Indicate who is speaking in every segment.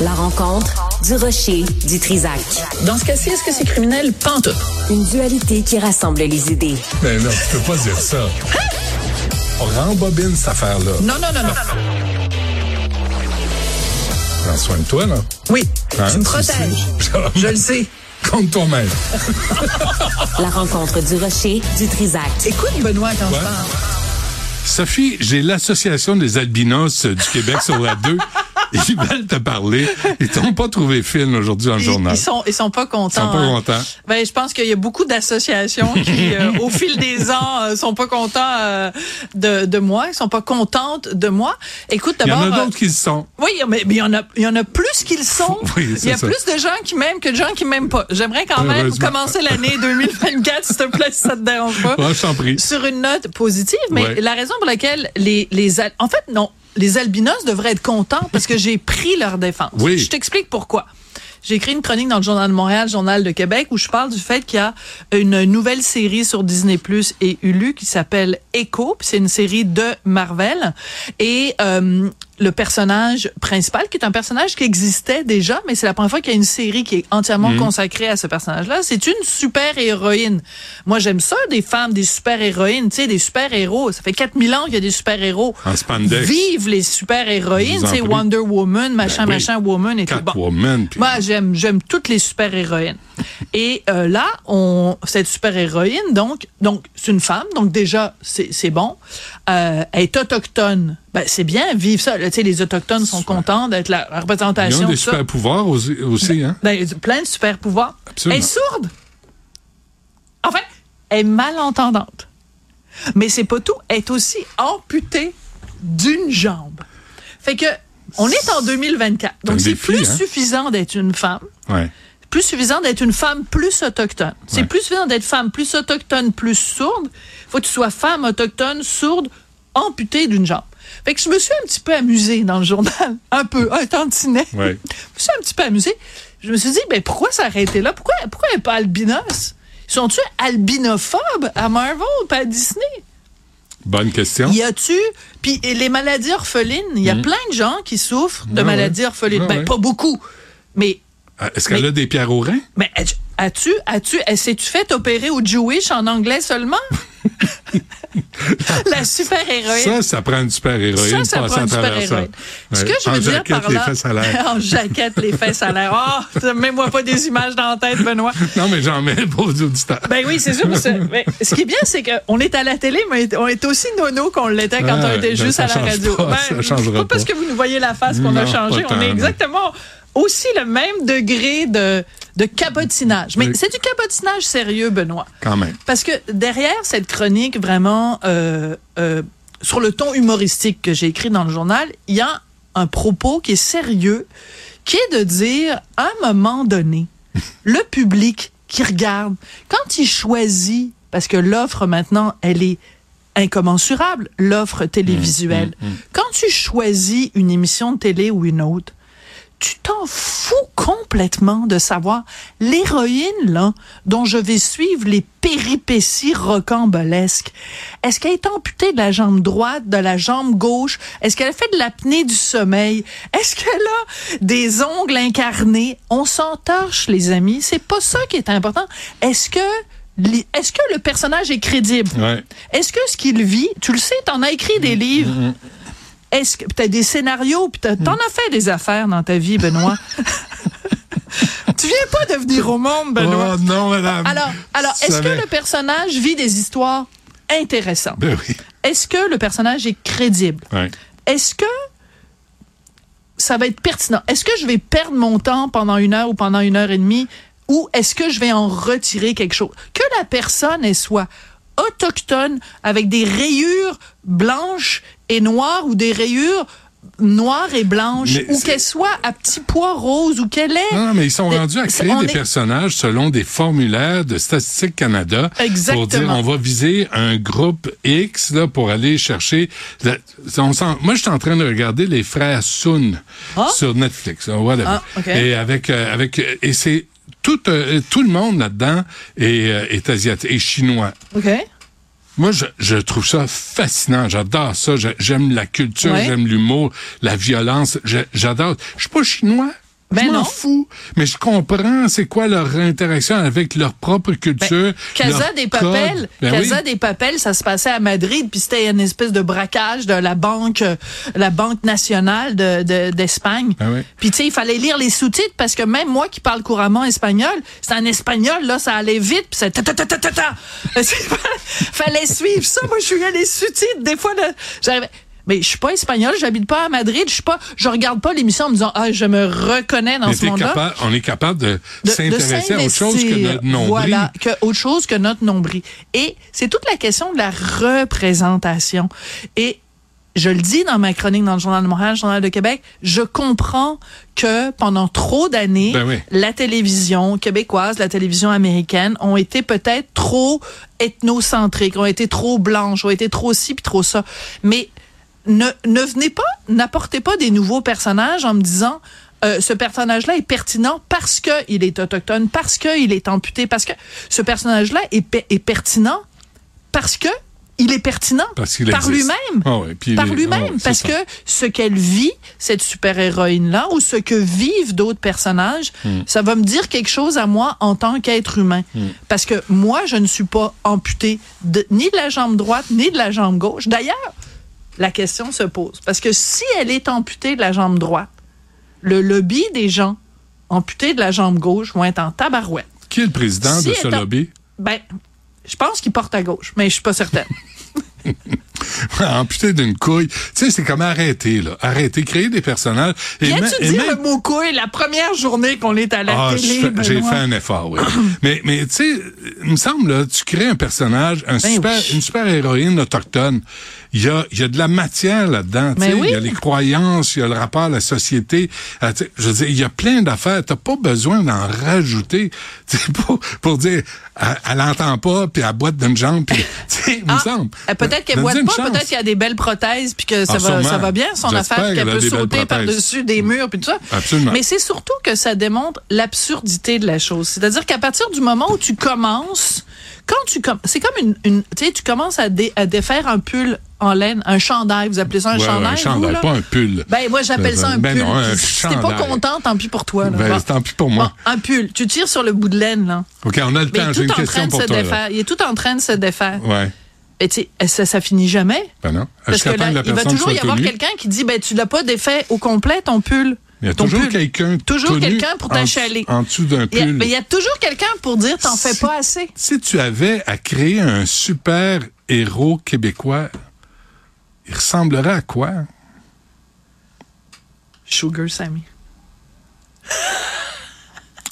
Speaker 1: La rencontre du rocher du Trisac.
Speaker 2: Dans ce cas-ci, est-ce que c'est criminel? Pente.
Speaker 1: Une dualité qui rassemble les idées.
Speaker 3: Mais Ben non, tu peux pas dire ça. On rembobine cette affaire-là.
Speaker 2: Non, non, non, non.
Speaker 3: Prends soin de toi, là.
Speaker 2: Oui,
Speaker 3: Hein?
Speaker 2: tu me protèges. Je le sais.
Speaker 3: Compte toi-même.
Speaker 1: La rencontre du rocher du Trisac.
Speaker 2: Écoute, Benoît, quand
Speaker 3: Ouais.
Speaker 2: je parle.
Speaker 3: Sophie, j'ai l'Association des albinos euh, du Québec sur la 2. Ils veulent te parler. Ils t'ont pas trouvé fine aujourd'hui en
Speaker 4: Ils-
Speaker 3: journal.
Speaker 4: Ils sont, ils sont pas contents.
Speaker 3: Ils sont pas
Speaker 4: hein.
Speaker 3: contents.
Speaker 4: Ben, je pense qu'il y a beaucoup d'associations qui, euh, au fil des ans, euh, sont pas contents euh, de, de moi. Ils sont pas contentes de moi. Écoute,
Speaker 3: Il y
Speaker 4: d'abord.
Speaker 3: en a
Speaker 4: euh,
Speaker 3: d'autres qui le sont.
Speaker 4: oui, mais mais il y en a, il y en a plus qu'ils sont.
Speaker 3: Oui, c'est
Speaker 4: il y a
Speaker 3: ça.
Speaker 4: plus de gens qui m'aiment que de gens qui m'aiment pas. J'aimerais quand même
Speaker 3: Heureusement.
Speaker 4: commencer l'année 2024, s'il te plaît, si ça te dérange pas
Speaker 3: Ouais, je t'en prie.
Speaker 4: sur une note positive, mais
Speaker 3: Ouais.
Speaker 4: la raison pour laquelle les, les Al- en fait non, les albinos devraient être contents parce que j'ai pris leur défense.
Speaker 3: Oui.
Speaker 4: Je t'explique pourquoi. J'ai écrit une chronique dans le Journal de Montréal, le Journal de Québec, où je parle du fait qu'il y a une nouvelle série sur Disney Plus et Hulu qui s'appelle Echo. puis C'est une série de Marvel et euh, le personnage principal, qui est un personnage qui existait déjà, mais c'est la première fois qu'il y a une série qui est entièrement
Speaker 3: Mhm.
Speaker 4: consacrée à ce personnage-là. C'est une super héroïne. Moi, j'aime ça, des femmes, des super héroïnes, tu sais, des super héros. Ça fait 4000 ans qu'il y a des super héros.
Speaker 3: En spandex.
Speaker 4: Vive les super
Speaker 3: Je
Speaker 4: héroïnes,
Speaker 3: vous en
Speaker 4: tu sais,
Speaker 3: prie. Ben
Speaker 4: Wonder Woman, machin,
Speaker 3: oui.
Speaker 4: machin, woman et tout. Bon.
Speaker 3: Catwoman. puis-
Speaker 4: Moi, j'aime, j'aime toutes les super-héroïnes. Et euh, là, on, cette super-héroïne, donc, donc c'est une femme, donc déjà, c'est, c'est bon. Euh, elle est autochtone. Ben, c'est bien, vive ça. Là, tu sais, les autochtones sont contents d'être la, la
Speaker 3: Ils
Speaker 4: représentation.
Speaker 3: ont des
Speaker 4: euh, tout ça.
Speaker 3: super pouvoirs aussi, aussi, hein?
Speaker 4: Ben, ils ont plein de super-pouvoirs.
Speaker 3: Absolument.
Speaker 4: Elle est sourde. Enfin, elle est malentendante. Mais c'est pas tout. Elle est aussi amputée d'une jambe. Fait que, on est en 2024.
Speaker 3: un
Speaker 4: Donc, c'est
Speaker 3: défi,
Speaker 4: plus
Speaker 3: hein?
Speaker 4: suffisant d'être une femme
Speaker 3: Ouais.
Speaker 4: plus suffisant d'être une femme plus autochtone. C'est
Speaker 3: Ouais.
Speaker 4: plus suffisant d'être femme plus autochtone, plus sourde. faut que tu sois femme autochtone, sourde, amputée d'une jambe. Fait que je me suis un petit peu amusée dans le journal. Un peu, un tantinet.
Speaker 3: Ouais.
Speaker 4: Je me suis un petit peu amusée. Je me suis dit, ben pourquoi s'arrêter là? Pourquoi, pourquoi elle est pas albinos? Sont-tu albinophobes à Marvel, pas à Disney?
Speaker 3: Bonne question.
Speaker 4: Y a-tu puis et les maladies orphelines? Il y a plein de gens qui souffrent de
Speaker 3: Mm. Ah ouais.
Speaker 4: maladies orphelines.
Speaker 3: Ah
Speaker 4: ben
Speaker 3: ouais.
Speaker 4: pas beaucoup, mais
Speaker 3: Ah, Est-ce qu'elle
Speaker 4: Mais-
Speaker 3: a des pierres au rein?
Speaker 4: mais as-tu, as-tu, as-tu, as- s'es-tu fait opérer au Jewish en anglais seulement? la super-héroïne.
Speaker 3: Ça, ça prend une super héroïne passer à
Speaker 4: une
Speaker 3: travers ça.
Speaker 4: super-héroïne. Ce que
Speaker 3: Ouais.
Speaker 4: je veux
Speaker 3: En
Speaker 4: dire
Speaker 3: jaquette,
Speaker 4: par
Speaker 3: les
Speaker 4: là.
Speaker 3: fesses à l'air.
Speaker 4: en jaquette, les fesses à l'air. Oh, mets-moi pas des images dans la tête, Benoît.
Speaker 3: Non, mais j'en mets pour les auditeurs.
Speaker 4: Ben oui, c'est sûr. parce que- mais ce qui est bien, c'est qu'on est à la télé, mais on est aussi nono qu'on l'était quand
Speaker 3: Ah,
Speaker 4: on était
Speaker 3: ben,
Speaker 4: juste
Speaker 3: ça
Speaker 4: à la
Speaker 3: change
Speaker 4: radio.
Speaker 3: pas,
Speaker 4: Ben,
Speaker 3: ça changera
Speaker 4: pas parce
Speaker 3: pas.
Speaker 4: que vous nous voyez la face qu'on
Speaker 3: Non,
Speaker 4: a changé.
Speaker 3: pas
Speaker 4: On
Speaker 3: tant,
Speaker 4: est
Speaker 3: non.
Speaker 4: exactement aussi le même degré de, de cabotinage. Mais
Speaker 3: Mais-
Speaker 4: c'est du cabotinage sérieux, Benoît.
Speaker 3: Quand même.
Speaker 4: Parce que derrière cette chronique vraiment euh, euh, sur le ton humoristique que j'ai écrit dans le journal, il y a un propos qui est sérieux, qui est de dire, à un moment donné, le public qui regarde, quand il choisit, parce que l'offre maintenant, elle est incommensurable, l'offre télévisuelle, quand tu choisis une émission de télé ou une autre, tu t'en fous complètement de savoir l'héroïne là dont je vais suivre les péripéties rocambolesques. Est-ce qu'elle est amputée de la jambe droite, de la jambe gauche Est-ce qu'elle fait de l'apnée du sommeil Est-ce qu'elle a des ongles incarnés On s'entorche les amis, c'est pas ça qui est important. Est-ce que les- est-ce que le personnage est crédible
Speaker 3: Ouais.
Speaker 4: est-ce que ce qu'il vit, tu le sais, t'en as écrit des livres. Est-ce que puis t'as des scénarios, puis t'as- t'en as fait des affaires dans ta vie, Benoît. tu viens pas devenir au monde, Benoît.
Speaker 3: Oh non, madame.
Speaker 4: Alors, alors
Speaker 3: Tu
Speaker 4: est-ce que
Speaker 3: savais.
Speaker 4: le personnage vit des histoires intéressantes?
Speaker 3: Ben oui.
Speaker 4: Est-ce que le personnage est crédible?
Speaker 3: Ouais.
Speaker 4: Est-ce que ça va être pertinent? Est-ce que je vais perdre mon temps pendant une heure ou pendant une heure et demie? Ou est-ce que je vais en retirer quelque chose? Que la personne, elle soit autochtone avec des rayures blanches et noires ou des rayures noires et blanches
Speaker 3: Mais
Speaker 4: ou
Speaker 3: c'est-
Speaker 4: qu'elle soit à petits pois roses ou qu'elle ait...
Speaker 3: Non, non, mais ils sont
Speaker 4: Eh, Mais
Speaker 3: rendus à
Speaker 4: c'est-
Speaker 3: créer
Speaker 4: on
Speaker 3: des
Speaker 4: est-
Speaker 3: personnages selon des formulaires de Statistique Canada pour
Speaker 4: Exactement.
Speaker 3: dire on va viser un groupe X là pour aller chercher. la- on s'en- Moi, je suis en train de regarder les frères Soon
Speaker 4: Ah.
Speaker 3: sur Netflix. euh, whatever.
Speaker 4: Ah, ok.
Speaker 3: Et avec euh, avec euh, et c'est tout euh, tout le monde là-dedans est, euh, est asiatique et chinois.
Speaker 4: OK?
Speaker 3: Moi, je, je trouve ça fascinant. J'adore ça. Je- J'aime la culture,
Speaker 4: Ouais.
Speaker 3: j'aime l'humour, la violence. Je- J'adore. Je suis pas chinois.
Speaker 4: Ben
Speaker 3: je m'en
Speaker 4: non.
Speaker 3: fous, mais je comprends c'est quoi leur interaction avec leur propre culture.
Speaker 4: Casa
Speaker 3: leur
Speaker 4: Ben, des
Speaker 3: code.
Speaker 4: Papels,
Speaker 3: Ben oui.
Speaker 4: Casa des Papels, ça se passait à Madrid, puis c'était une espèce de braquage de la banque, euh, la banque nationale de- de- d'Espagne.
Speaker 3: Ah oui.
Speaker 4: Puis tu sais, il fallait lire les sous-titres parce que même moi qui parle couramment espagnol, c'est en espagnol là, ça allait vite, puis ça ta ta ta ta ta. ta. fallait suivre ça. Moi, je suis les sous-titres. Des fois, là, j'arrivais. Mais je suis pas espagnol, j'habite pas à Madrid, je suis pas, je regarde pas l'émission en me disant ah je me reconnais dans
Speaker 3: Mais
Speaker 4: ce
Speaker 3: t'es
Speaker 4: monde-là
Speaker 3: capable- on est capable de,
Speaker 4: de- de
Speaker 3: s'intéresser à autre chose que
Speaker 4: s'investir.
Speaker 3: notre nombril.
Speaker 4: Voilà, que autre chose que notre nombril. Et c'est toute la question de la représentation. Et je le dis dans ma chronique dans le Journal de Montréal, le Journal de Québec, je comprends que pendant trop d'années,
Speaker 3: Ben oui.
Speaker 4: la télévision québécoise, la télévision américaine ont été peut-être trop ethnocentriques, ont été trop blanches, ont été trop ci puis trop ça. Mais ne, ne venez pas, n'apportez pas des nouveaux personnages en me disant euh, ce personnage-là est pertinent parce que il est autochtone, parce que il est amputé, parce que ce personnage-là est, pe- est pertinent parce que il est pertinent
Speaker 3: Parce qu'il
Speaker 4: par
Speaker 3: existe.
Speaker 4: lui-même
Speaker 3: Ah ouais, puis il
Speaker 4: par
Speaker 3: est-
Speaker 4: lui-même,
Speaker 3: ah ouais,
Speaker 4: parce
Speaker 3: c'est
Speaker 4: que ce qu'elle vit, cette super-héroïne-là, ou ce que vivent d'autres personnages,
Speaker 3: Hmm.
Speaker 4: ça va me dire quelque chose à moi en tant qu'être humain. Parce que moi, je ne suis pas amputée de- ni de la jambe droite, ni de la jambe gauche. D'ailleurs, la question se pose. Parce que si elle est amputée de la jambe droite, le lobby des gens amputés de la jambe gauche vont être en tabarouette.
Speaker 3: Qui est le président
Speaker 4: Si
Speaker 3: de ce
Speaker 4: étant-
Speaker 3: lobby?
Speaker 4: Ben, je pense qu'ils portent à gauche, mais je suis pas certaine.
Speaker 3: Amputé d'une couille. Tu sais, c'est comme arrêter, là. Arrêter, créer des personnages. Et me-
Speaker 4: Viens-tu
Speaker 3: et
Speaker 4: dire
Speaker 3: même-
Speaker 4: le mot couille la première journée qu'on est à la
Speaker 3: Ah, je
Speaker 4: télé,
Speaker 3: fais- j'ai
Speaker 4: Benoît?
Speaker 3: fait un effort, oui. mais, mais tu sais, il me semble, là, tu crées un personnage, un
Speaker 4: Ben
Speaker 3: super,
Speaker 4: oui.
Speaker 3: une super héroïne autochtone. Il y a, il y a de la matière là-dedans. tu
Speaker 4: Ben
Speaker 3: sais. Il
Speaker 4: oui.
Speaker 3: y a les croyances, il y a le rapport à la société. Ah, tu sais, je veux dire, il y a plein d'affaires. T'as pas besoin d'en rajouter tu sais, pour, pour dire, elle, elle entend pas, puis elle boite d'une jambe, puis, tu sais, il me
Speaker 4: Ah,
Speaker 3: semble.
Speaker 4: euh, Peut-être qu'elle
Speaker 3: Donne-lui
Speaker 4: boite
Speaker 3: une
Speaker 4: pas,
Speaker 3: chance.
Speaker 4: peut-être qu'il y a des belles prothèses puis que ça,
Speaker 3: Ah,
Speaker 4: va, ça
Speaker 3: sûrement.
Speaker 4: va bien son
Speaker 3: J'espère
Speaker 4: affaire, puis
Speaker 3: qu'elle
Speaker 4: qu'elle
Speaker 3: a
Speaker 4: peut
Speaker 3: des belles
Speaker 4: sauter
Speaker 3: prothèses. Mm.
Speaker 4: par-dessus des murs puis tout ça.
Speaker 3: Absolument.
Speaker 4: Mais c'est surtout que ça démontre l'absurdité de la chose. C'est-à-dire qu'à partir du moment où tu commences, quand tu com- c'est comme une, une- tu sais, tu commences à, dé- à défaire un pull en laine, un chandail, vous appelez ça un
Speaker 3: Ouais, ouais,
Speaker 4: chandail,
Speaker 3: un
Speaker 4: vous,
Speaker 3: chandail,
Speaker 4: là?
Speaker 3: pas un pull.
Speaker 4: Ben moi j'appelle ça un
Speaker 3: Ben
Speaker 4: pull.
Speaker 3: non, un
Speaker 4: Puis si t'es pas
Speaker 3: chandail.
Speaker 4: content, tant pis pour toi. là.
Speaker 3: Ben,
Speaker 4: Bon.
Speaker 3: tant pis pour moi.
Speaker 4: Bon, un pull, tu tires sur le bout de laine là.
Speaker 3: OK, on
Speaker 4: Mais
Speaker 3: a le
Speaker 4: il
Speaker 3: temps.
Speaker 4: est
Speaker 3: J'ai une
Speaker 4: tout en train
Speaker 3: question
Speaker 4: de
Speaker 3: pour
Speaker 4: se
Speaker 3: toi. là.
Speaker 4: défaire. Il est tout en train de se défaire.
Speaker 3: Ouais.
Speaker 4: Et tu sais, ça, ça finit jamais.
Speaker 3: Ben non.
Speaker 4: Parce que
Speaker 3: Jusqu'à temps
Speaker 4: là,
Speaker 3: la
Speaker 4: il va
Speaker 3: personne
Speaker 4: toujours y
Speaker 3: soit
Speaker 4: avoir
Speaker 3: tenue.
Speaker 4: quelqu'un qui dit, ben, tu l'as pas défait au complet, ton pull.
Speaker 3: Il y a
Speaker 4: Ton
Speaker 3: toujours
Speaker 4: pull.
Speaker 3: quelqu'un
Speaker 4: Toujours
Speaker 3: tenu
Speaker 4: quelqu'un pour
Speaker 3: en-
Speaker 4: t'achaler.
Speaker 3: En dessous d'un
Speaker 4: Il y a-
Speaker 3: pull.
Speaker 4: mais il y a toujours quelqu'un pour dire, t'en fais
Speaker 3: Si-
Speaker 4: pas assez.
Speaker 3: Si tu avais à créer un super héros québécois, il ressemblerait à quoi?
Speaker 4: Sugar Sammy.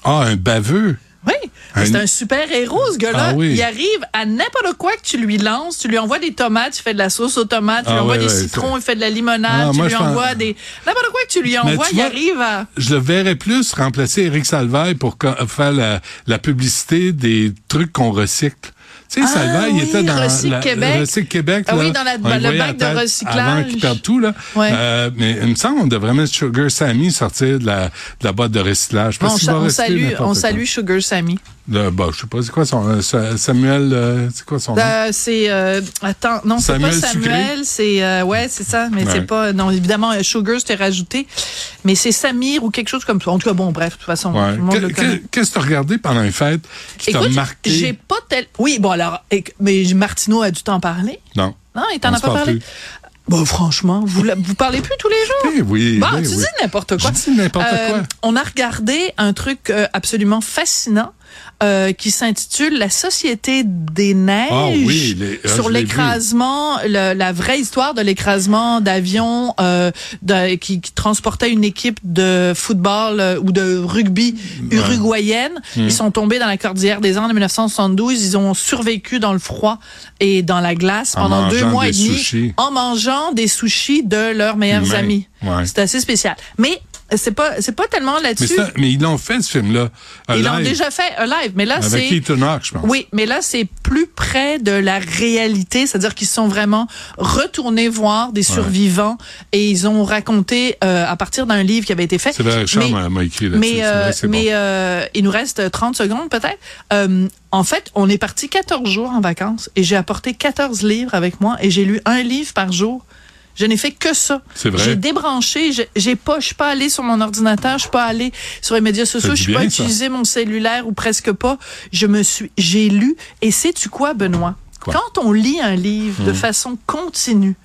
Speaker 3: Ah, un baveux.
Speaker 4: Oui, mais
Speaker 3: Un-
Speaker 4: c'est un super héros, ce gars-là.
Speaker 3: Ah oui.
Speaker 4: Il arrive à n'importe quoi que tu lui lances. Tu lui envoies des tomates, il fait de la sauce aux tomates. Tu
Speaker 3: Ah
Speaker 4: lui envoies des
Speaker 3: ouais, ouais,
Speaker 4: citrons,
Speaker 3: c'est-
Speaker 4: il fait de la limonade.
Speaker 3: Ah,
Speaker 4: tu
Speaker 3: moi,
Speaker 4: lui
Speaker 3: je pense-
Speaker 4: envoies des... N'importe quoi que tu lui envoies,
Speaker 3: tu
Speaker 4: il
Speaker 3: vois-
Speaker 4: arrive à...
Speaker 3: Je le verrais plus remplacer Eric Salvaille pour co- euh, faire la, la publicité des trucs qu'on recycle. Tu sais,
Speaker 4: Ah
Speaker 3: Salvaille, il
Speaker 4: oui,
Speaker 3: était dans
Speaker 4: Recycle
Speaker 3: la-
Speaker 4: Québec.
Speaker 3: Recycle Québec.
Speaker 4: Ah
Speaker 3: là.
Speaker 4: oui, dans la-
Speaker 3: On le
Speaker 4: le
Speaker 3: voyait
Speaker 4: bac
Speaker 3: à
Speaker 4: de
Speaker 3: tête Avant
Speaker 4: recyclage.
Speaker 3: qu'il perde tout, là.
Speaker 4: Ouais.
Speaker 3: Euh, mais il me semble on devrait mettre Sugar Sammy sortir de la, de la boîte de recyclage. Je sais pas
Speaker 4: On,
Speaker 3: s'il
Speaker 4: sa-
Speaker 3: va
Speaker 4: on
Speaker 3: rester
Speaker 4: salue,
Speaker 3: n'importe
Speaker 4: on
Speaker 3: quoi.
Speaker 4: salue Sugar Sammy.
Speaker 3: Le- bah, je sais pas, c'est quoi son. euh, Sa- Samuel. euh, c'est quoi son nom?
Speaker 4: Euh, c'est euh, attends non c'est pas
Speaker 3: Samuel Sucré.
Speaker 4: Samuel c'est euh, ouais c'est ça mais
Speaker 3: Ouais.
Speaker 4: c'est pas non évidemment euh, Sugar c'était rajouté mais c'est Samir ou quelque chose comme ça en tout cas bon bref de toute façon
Speaker 3: Ouais.
Speaker 4: tout le monde le
Speaker 3: Que-
Speaker 4: connaît
Speaker 3: que- Qu'est-ce que tu as regardé pendant les fêtes qui t'a
Speaker 4: Écoute, j'ai
Speaker 3: marqué?
Speaker 4: pas tel oui bon alors éc- mais Martineau a dû t'en parler
Speaker 3: Non.
Speaker 4: non il t'en
Speaker 3: On
Speaker 4: a
Speaker 3: se
Speaker 4: pas
Speaker 3: parle
Speaker 4: parlé
Speaker 3: plus.
Speaker 4: bon franchement vous la- vous parlez plus tous les jours
Speaker 3: Eh oui.
Speaker 4: Bon,
Speaker 3: ben
Speaker 4: tu
Speaker 3: oui.
Speaker 4: dis n'importe quoi.
Speaker 3: Je dis n'importe
Speaker 4: Euh,
Speaker 3: quoi.
Speaker 4: On a regardé un truc euh, absolument fascinant euh, qui s'intitule La Société des Neiges
Speaker 3: Ah oui, les- ah,
Speaker 4: sur
Speaker 3: je l'ai
Speaker 4: l'écrasement, le- la vraie histoire de l'écrasement d'avions euh, de- qui, qui transportait une équipe de football euh, ou de rugby uruguayenne.
Speaker 3: Hmm.
Speaker 4: Ils sont tombés dans la cordillère des Andes en 1972. Ils ont survécu dans le froid et dans la glace
Speaker 3: En
Speaker 4: pendant deux
Speaker 3: mangeant
Speaker 4: mois et
Speaker 3: des
Speaker 4: demi
Speaker 3: sushis.
Speaker 4: en mangeant des sushis de leurs meilleurs
Speaker 3: Humains,
Speaker 4: amis.
Speaker 3: ouais.
Speaker 4: C'est assez spécial. Mais c'est pas c'est pas tellement
Speaker 3: Mais,
Speaker 4: là-dessus.
Speaker 3: ça- mais ils l'ont fait, ce film-là.
Speaker 4: Ils l'ont
Speaker 3: live,
Speaker 4: déjà fait un live, mais là
Speaker 3: Avec
Speaker 4: c'est
Speaker 3: Ethan Hawke, je pense.
Speaker 4: oui, mais là c'est plus près de la réalité, c'est-à-dire qu'ils sont vraiment retournés voir des survivants et ils ont raconté euh, à partir d'un livre qui avait été fait.
Speaker 3: C'est vrai, Richard
Speaker 4: Mais-
Speaker 3: m'a- m'a écrit là-dessus.
Speaker 4: mais
Speaker 3: c'est vrai,
Speaker 4: euh,
Speaker 3: c'est
Speaker 4: mais
Speaker 3: bon.
Speaker 4: euh, il nous reste 30 secondes peut-être. Euh, en fait, on est parti 14 jours en vacances et j'ai apporté 14 livres avec moi et j'ai lu un livre par jour. Je n'ai fait que ça.
Speaker 3: C'est vrai.
Speaker 4: J'ai débranché, j'ai- j'ai pas, je suis pas allée sur mon ordinateur, je suis pas allée sur les médias sociaux,
Speaker 3: du
Speaker 4: je suis pas
Speaker 3: bien, ça.
Speaker 4: utilisé mon cellulaire ou presque pas. Je me suis, j'ai lu. Et sais-tu quoi, Benoît?
Speaker 3: Quoi? Hmm.
Speaker 4: Quand on lit un livre de façon continue,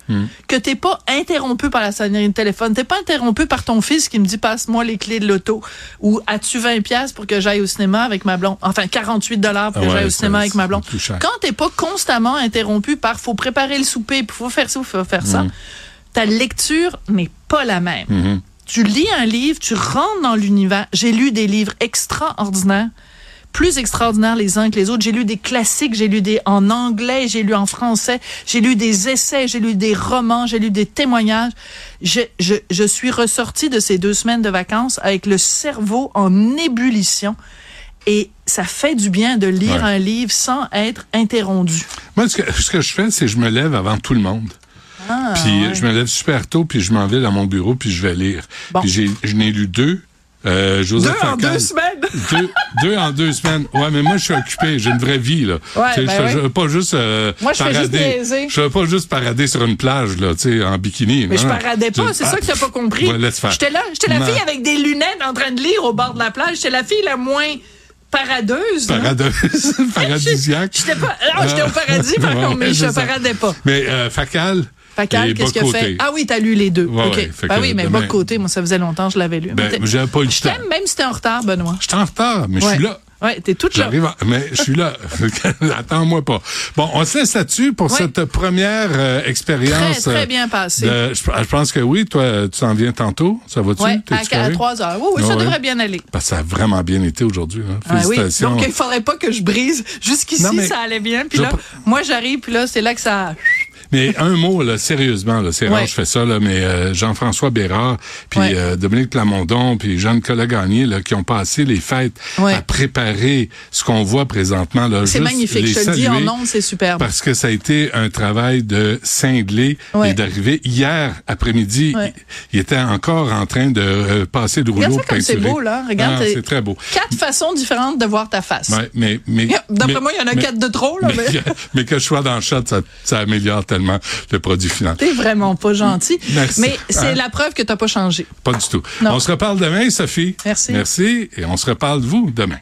Speaker 4: que t'es pas interrompu par la sonnerie de téléphone, t'es pas interrompu par ton fils qui me dit passe-moi les clés de l'auto ou as-tu 20 pièces pour que j'aille au cinéma avec ma blonde, enfin 48 dollars pour que
Speaker 3: Ah Ouais,
Speaker 4: j'aille au
Speaker 3: ça,
Speaker 4: cinéma avec
Speaker 3: c'est
Speaker 4: ma blonde.
Speaker 3: plus cher.
Speaker 4: Quand t'es pas constamment interrompu par faut préparer le souper, puis faut faire ça, faut faire ça,
Speaker 3: Hmm.
Speaker 4: ta lecture n'est pas la même. Tu lis un livre, tu rentres dans l'univers. J'ai lu des livres extraordinaires, plus extraordinaires les uns que les autres. J'ai lu des classiques, j'ai lu des en anglais, j'ai lu en français, j'ai lu des essais, j'ai lu des romans, j'ai lu des témoignages. Je, je, je suis ressortie de ces deux semaines de vacances avec le cerveau en ébullition. Et ça fait du bien de lire
Speaker 3: Ouais.
Speaker 4: un livre sans être interrompu.
Speaker 3: Moi, ce que, ce que je fais, c'est que je me lève avant tout le monde.
Speaker 4: Ah,
Speaker 3: puis euh, je me lève super tôt, puis je m'en vais dans mon bureau, puis je vais lire.
Speaker 4: Bon.
Speaker 3: Puis j'ai- je n'ai lu deux. Euh, Joseph Facal.
Speaker 4: semaines.
Speaker 3: deux, deux en deux semaines. Ouais, mais moi, je suis occupé. J'ai une vraie vie, là.
Speaker 4: Ouais,
Speaker 3: Tu sais,
Speaker 4: ben
Speaker 3: je,
Speaker 4: ouais.
Speaker 3: veux pas juste euh,
Speaker 4: Moi, je fais juste
Speaker 3: parader.
Speaker 4: niaiser.
Speaker 3: je veux pas juste parader sur une plage, là, tu sais, en bikini.
Speaker 4: Mais
Speaker 3: Non,
Speaker 4: je
Speaker 3: non.
Speaker 4: paradais pas,
Speaker 3: Je-
Speaker 4: c'est
Speaker 3: ah,
Speaker 4: ça que t'as pas compris.
Speaker 3: ouais, laisse faire.
Speaker 4: J'étais là, hein? j'étais la
Speaker 3: Non.
Speaker 4: fille avec des lunettes en train de lire au bord de la plage. J'étais la fille la moins paradeuse. là.
Speaker 3: Paradeuse, paradisiaque.
Speaker 4: J'étais pas, alors j'étais au
Speaker 3: Ah.
Speaker 4: paradis par
Speaker 3: Ouais,
Speaker 4: contre, mais je
Speaker 3: c'est ça.
Speaker 4: paradais pas.
Speaker 3: Mais euh, Facal. et
Speaker 4: Facal, qu'est-ce que
Speaker 3: Bocoté.
Speaker 4: fait Ah oui, t'as lu les deux.
Speaker 3: Ouais,
Speaker 4: ok.
Speaker 3: ouais, fait
Speaker 4: Ben
Speaker 3: que
Speaker 4: oui, mais
Speaker 3: demain-
Speaker 4: bas côté, moi ça faisait longtemps, je l'avais lu.
Speaker 3: Ben,
Speaker 4: Mais t'es-
Speaker 3: j'avais pas eu le
Speaker 4: je
Speaker 3: temps.
Speaker 4: t'aime même si t'es en retard, Benoît.
Speaker 3: Je suis en retard, mais je suis là.
Speaker 4: Ouais, t'es toute là.
Speaker 3: J'arrive, en- mais je suis là. Attends-moi pas. Bon, on se laisse là-dessus pour
Speaker 4: Ouais.
Speaker 3: cette première euh,
Speaker 4: Très,
Speaker 3: expérience.
Speaker 4: très
Speaker 3: euh,
Speaker 4: bien passé.
Speaker 3: de- je, je pense que oui, toi, tu s'en viens tantôt. Ça va-tu?
Speaker 4: Ouais,
Speaker 3: T'es-tu
Speaker 4: à, à
Speaker 3: correct?
Speaker 4: 3 heures. Oui, oui, ça
Speaker 3: Ah Ouais.
Speaker 4: devrait bien aller.
Speaker 3: Parce que ça a vraiment bien été aujourd'hui. hein.
Speaker 4: Ah oui.
Speaker 3: Félicitations.
Speaker 4: Donc, il faudrait pas que je brise. Jusqu'ici,
Speaker 3: Non, mais-
Speaker 4: ça allait bien. Puis
Speaker 3: Je
Speaker 4: là,
Speaker 3: pr-
Speaker 4: moi, j'arrive, puis là, c'est là que ça.
Speaker 3: Mais un mot, là, sérieusement, là, c'est rare
Speaker 4: Ouais.
Speaker 3: que je fais ça, là, mais euh, Jean-François Bérard, puis
Speaker 4: Ouais.
Speaker 3: euh, Dominique Plamondon, puis Jean-Nicolas Gagné, là, qui ont passé les fêtes
Speaker 4: Ouais.
Speaker 3: à préparer ce qu'on voit présentement. là,
Speaker 4: C'est
Speaker 3: juste
Speaker 4: magnifique.
Speaker 3: les
Speaker 4: Je te le dis en
Speaker 3: saluer.
Speaker 4: ondes, c'est superbe.
Speaker 3: parce que ça a été un travail de cinglé
Speaker 4: Ouais.
Speaker 3: et d'arriver hier après-midi.
Speaker 4: Ouais.
Speaker 3: Il, il était encore en train de euh, passer le
Speaker 4: Regarde
Speaker 3: rouleau
Speaker 4: ça comme c'est
Speaker 3: peinturé.
Speaker 4: beau, là. Regarde,
Speaker 3: Ah,
Speaker 4: t'es-
Speaker 3: c'est très beau.
Speaker 4: Quatre façons différentes de voir ta face.
Speaker 3: Ouais, mais, mais, mais-
Speaker 4: D'après moi, il y en a
Speaker 3: mais-
Speaker 4: quatre de trop, là.
Speaker 3: mais,
Speaker 4: mais-
Speaker 3: que- mais que je sois dans le chat, ça, ça améliore tellement le produit final.
Speaker 4: T'es vraiment pas gentil.
Speaker 3: Merci.
Speaker 4: Mais c'est
Speaker 3: Hein?
Speaker 4: la preuve que t'as pas changé.
Speaker 3: Pas du tout.
Speaker 4: Non.
Speaker 3: On se reparle demain, Sophie.
Speaker 4: Merci.
Speaker 3: Merci. Et on se reparle, vous, demain.